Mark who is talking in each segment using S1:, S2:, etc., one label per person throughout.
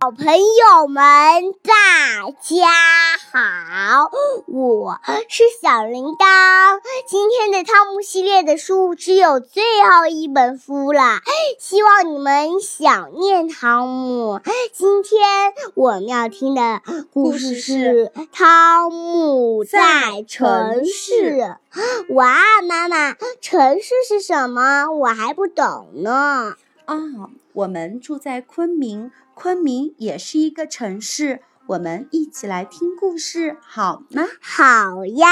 S1: 小朋友们，大家好，我是小铃铛。今天的汤姆系列的书只有最后一本书了，希望你们想念汤姆。今天我们要听的故事是《汤姆在城市》。哇，妈妈，城市是什么？我还不懂呢。
S2: 啊、我们住在昆明，昆明也是一个城市。我们一起来听故事好吗？
S1: 好呀，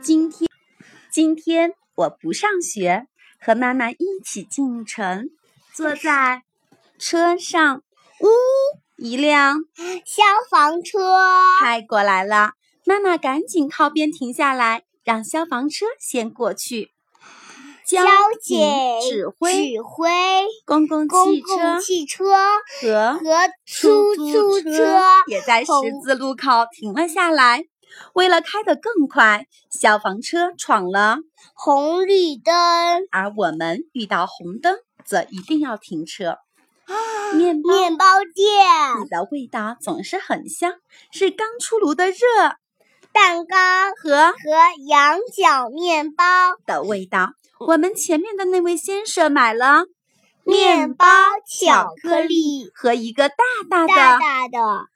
S2: 今天，今天我不上学，和妈妈一起进城，坐在车上，呜，一辆
S1: 消防车。
S2: 开过来了。妈妈赶紧靠边停下来，让消防车先过去。交警指挥
S1: 指挥
S2: 公共
S1: 公
S2: 汽
S1: 共
S2: 车
S1: 汽车
S2: 和
S1: 和
S2: 出
S1: 出租
S2: 车
S1: 车。
S2: 也在十字路口停了下来。为了开得更快，消防车闯了，
S1: 红绿灯、
S2: 而我们遇到红灯则一定要停车。
S1: 啊
S2: 面包
S1: 面包店、
S2: 里的味道总是很香，是刚出炉的热
S1: 蛋糕
S2: 和
S1: 和羊角面包、
S2: 的味道。我们前面的那位先生买了
S1: 面包、巧克力，
S2: 和一个大大
S1: 大
S2: 的
S1: 大的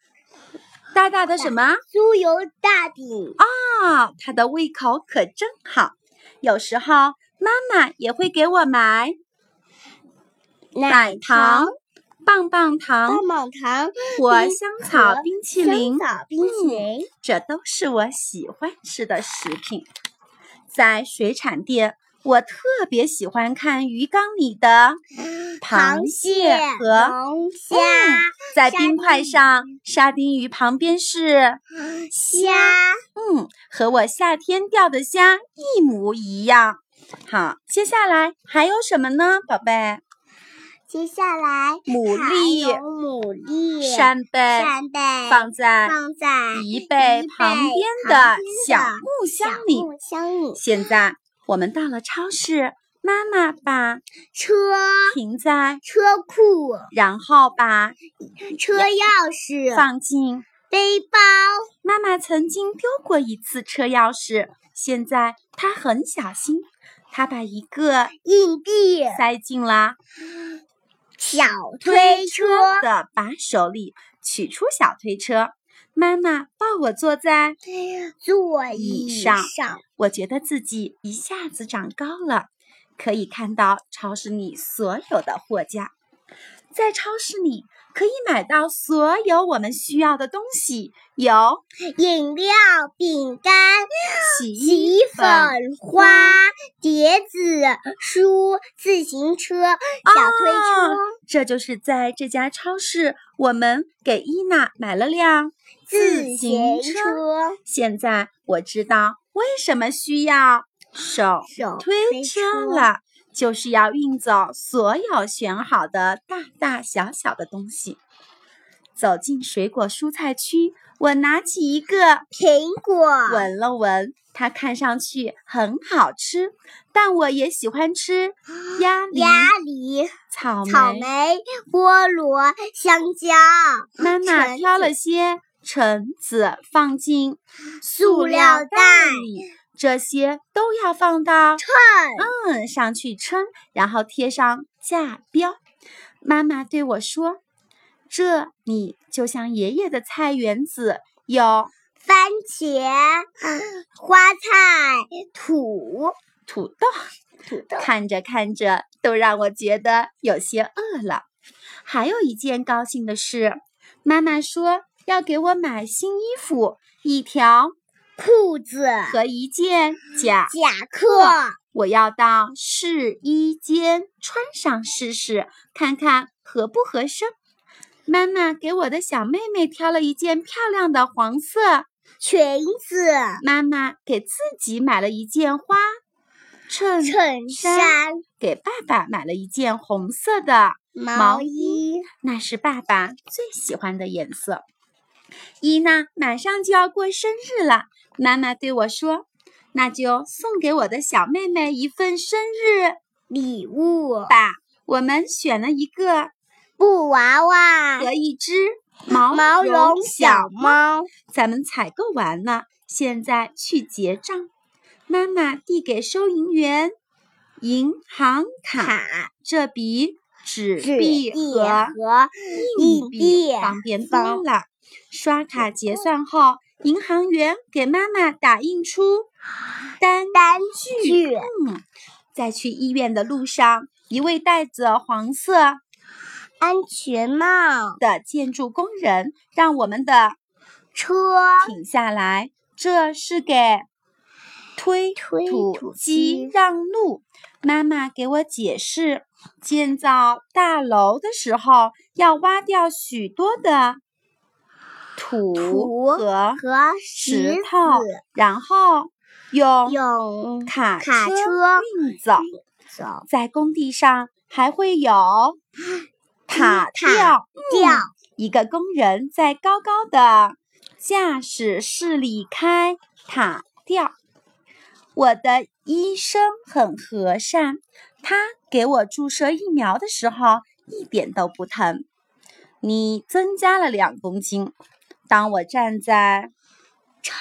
S2: 大大的什么？
S1: 酥油大饼。
S2: 啊，他的胃口可真好。有时候妈妈也会给我买奶糖、棒棒糖
S1: 棒、棒糖、
S2: 果
S1: 冰
S2: 香草
S1: 和
S2: 冰淇
S1: 香，
S2: 淋
S1: 草
S2: 嗯
S1: 冰淇淋。
S2: 这都是我喜欢吃的食品。在水产店，我特别喜欢看鱼缸里的
S1: 螃
S2: 蟹和
S1: 龙虾、
S2: 嗯在
S1: 沙
S2: 冰块
S1: 丁
S2: 上，沙丁鱼旁边是
S1: 虾、
S2: 嗯，和我夏天钓的虾一模一样。好，接下来还有什么呢，宝贝？
S1: 接下来
S2: 牡
S1: 还
S2: 蛎
S1: 有牡蛎、
S2: 扇贝
S1: 扇贝
S2: 放在
S1: 放在
S2: 椅背旁边的小木箱
S1: 箱
S2: 里。
S1: 箱里，
S2: 现在我们到了超市，妈妈把
S1: 车
S2: 停在，
S1: 车库、
S2: 然后把
S1: 车钥匙、
S2: 放进。
S1: 背包、
S2: 妈妈曾经丢过一次车钥匙，现在她很小心，她把一个
S1: 硬币、
S2: 塞进了。
S1: 小推
S2: 推
S1: 车
S2: 车。的把手里，取出小推车。妈妈抱我坐在，
S1: 座
S2: 椅
S1: 上
S2: 上，我觉得自己一下子长高了，可以看到超市里所有的货架。在超市里可以买到所有我们需要的东西，有
S1: 饮料、饼干、
S2: 洗衣
S1: 洗
S2: 粉、
S1: 粉、花、碟子、书、自行车、小推车
S2: 哦、这就是在这家超市，我们给伊娜买了辆
S1: 自行
S2: 行
S1: 车、
S2: 现在我知道为什么需要手
S1: 手
S2: 推车了，就是要运走所有选好的大大小小的东西。走进水果蔬菜区，我拿起一个
S1: 苹果、
S2: 闻了闻，它看上去很好吃，但我也喜欢吃鸭梨、
S1: 鸭梨、
S2: 草莓。
S1: 草莓、菠萝、香蕉、
S2: 妈妈
S1: 橙
S2: 挑
S1: 子
S2: 了些橙子放进
S1: 塑
S2: 塑
S1: 料
S2: 料
S1: 袋
S2: 袋里，这些都要放到
S1: 秤、
S2: 嗯，上去称，然后贴上价标。妈妈对我说：“这里就像爷爷的菜园子，有
S1: 番茄、花菜、土。
S2: 土豆。
S1: 土”豆
S2: 看着看着，都让我觉得有些饿了。还有一件高兴的事，妈妈说要给我买新衣服，一条
S1: 裤子、
S2: 和一件假
S1: 夹克、
S2: 我要到试衣间穿上试试，看看合不合身。妈妈给我的小妹妹挑了一件漂亮的黄色，
S1: 裙子、
S2: 妈妈给自己买了一件花衬，
S1: 衬衫、
S2: 给爸爸买了一件红色的，
S1: 毛
S2: 毛
S1: 衣。
S2: 那是爸爸最喜欢的颜色。伊娜马上就要过生日了，妈妈对我说：“那就送给我的小妹妹一份生日
S1: 礼物
S2: 吧，我们选了一个
S1: 布娃娃、
S2: 和一只毛
S1: 毛
S2: 绒
S1: 绒小
S2: 猫。
S1: 猫。
S2: 咱们采购完了，现在去结账。妈妈递给收银员银行卡，
S1: 卡、
S2: 这比纸
S1: 纸
S2: 币和
S1: 和
S2: 硬
S1: 硬
S2: 币
S1: 币
S2: 方便
S1: 方
S2: 多了。刷卡结算后，银行员给妈妈打印出单
S1: 单
S2: 据。
S1: 据
S2: 嗯，在去医院的路上，一位戴着黄色
S1: 安全帽、
S2: 的建筑工人让我们的
S1: 车、
S2: 停下来，这是给推
S1: 推
S2: 土
S1: 土
S2: 机
S1: 机
S2: 让路。妈妈给我解释，建造大楼的时候要挖掉许多的土
S1: 土
S2: 和
S1: 和
S2: 石
S1: 石
S2: 头，然后
S1: 子、
S2: 用
S1: 用
S2: 卡
S1: 卡
S2: 车
S1: 车
S2: 运走。
S1: 走
S2: 在工地上还会 有嗯塔
S1: 塔
S2: 吊。
S1: 掉
S2: 一个工人在高高的驾驶室里开塔吊。我的医生很和善，他给我注射疫苗的时候一点都不疼。你增加了两公斤。当我站在
S1: 秤、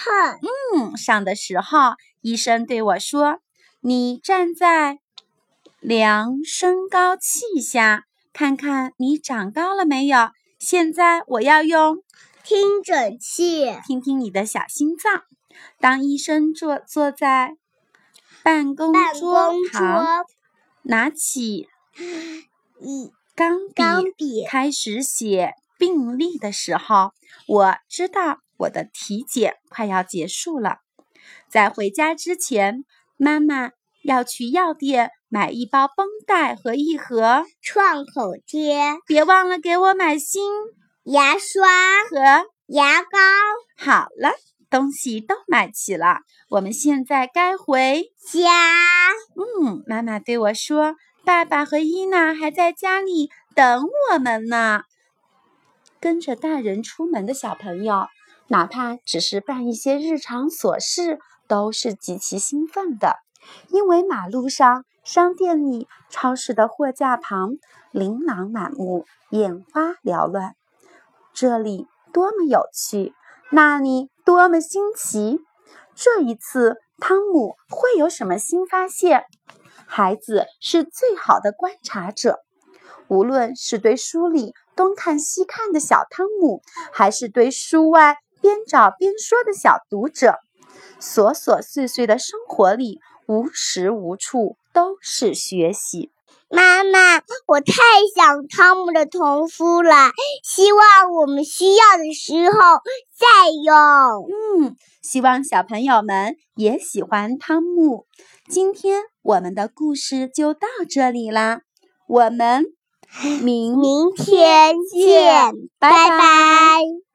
S2: 秤上的时候，医生对我说：“你站在量身高器下，看看你长高了没有。现在我要用
S1: 听诊器、
S2: 听听你的小心脏。”当医生坐坐在办公
S1: 办
S2: 桌
S1: 公
S2: 旁，
S1: 桌、
S2: 拿起
S1: 一
S2: 钢笔
S1: 钢笔、
S2: 开始写病历的时候，我知道我的体检快要结束了。在回家之前，妈妈要去药店买一包绷带和一盒，
S1: 创口贴、
S2: 别忘了给我买锌
S1: 牙刷、
S2: 和。
S1: 牙膏、
S2: 好了，东西都买齐了，我们现在该回。
S1: 家。
S2: 嗯，妈妈对我说：“爸爸和伊娜还在家里等我们呢。”跟着大人出门的小朋友，哪怕只是办一些日常琐事，都是极其兴奋的，因为马路上、商店里、超市的货架旁，琳琅满目，眼花缭乱。这里多么有趣，那里多么新奇！这一次，汤姆会有什么新发现？孩子是最好的观察者，无论是对书里东看西看的小汤姆，还是对书外边找边说的小读者，琐琐碎碎的生活里，无时无处都是学习。
S1: 妈妈，我太想汤姆的童夫了，希望我们需要的时候再用。
S2: 嗯，希望小朋友们也喜欢汤姆。今天我们的故事就到这里啦，我们明
S1: 明天见，
S2: 拜
S1: 拜拜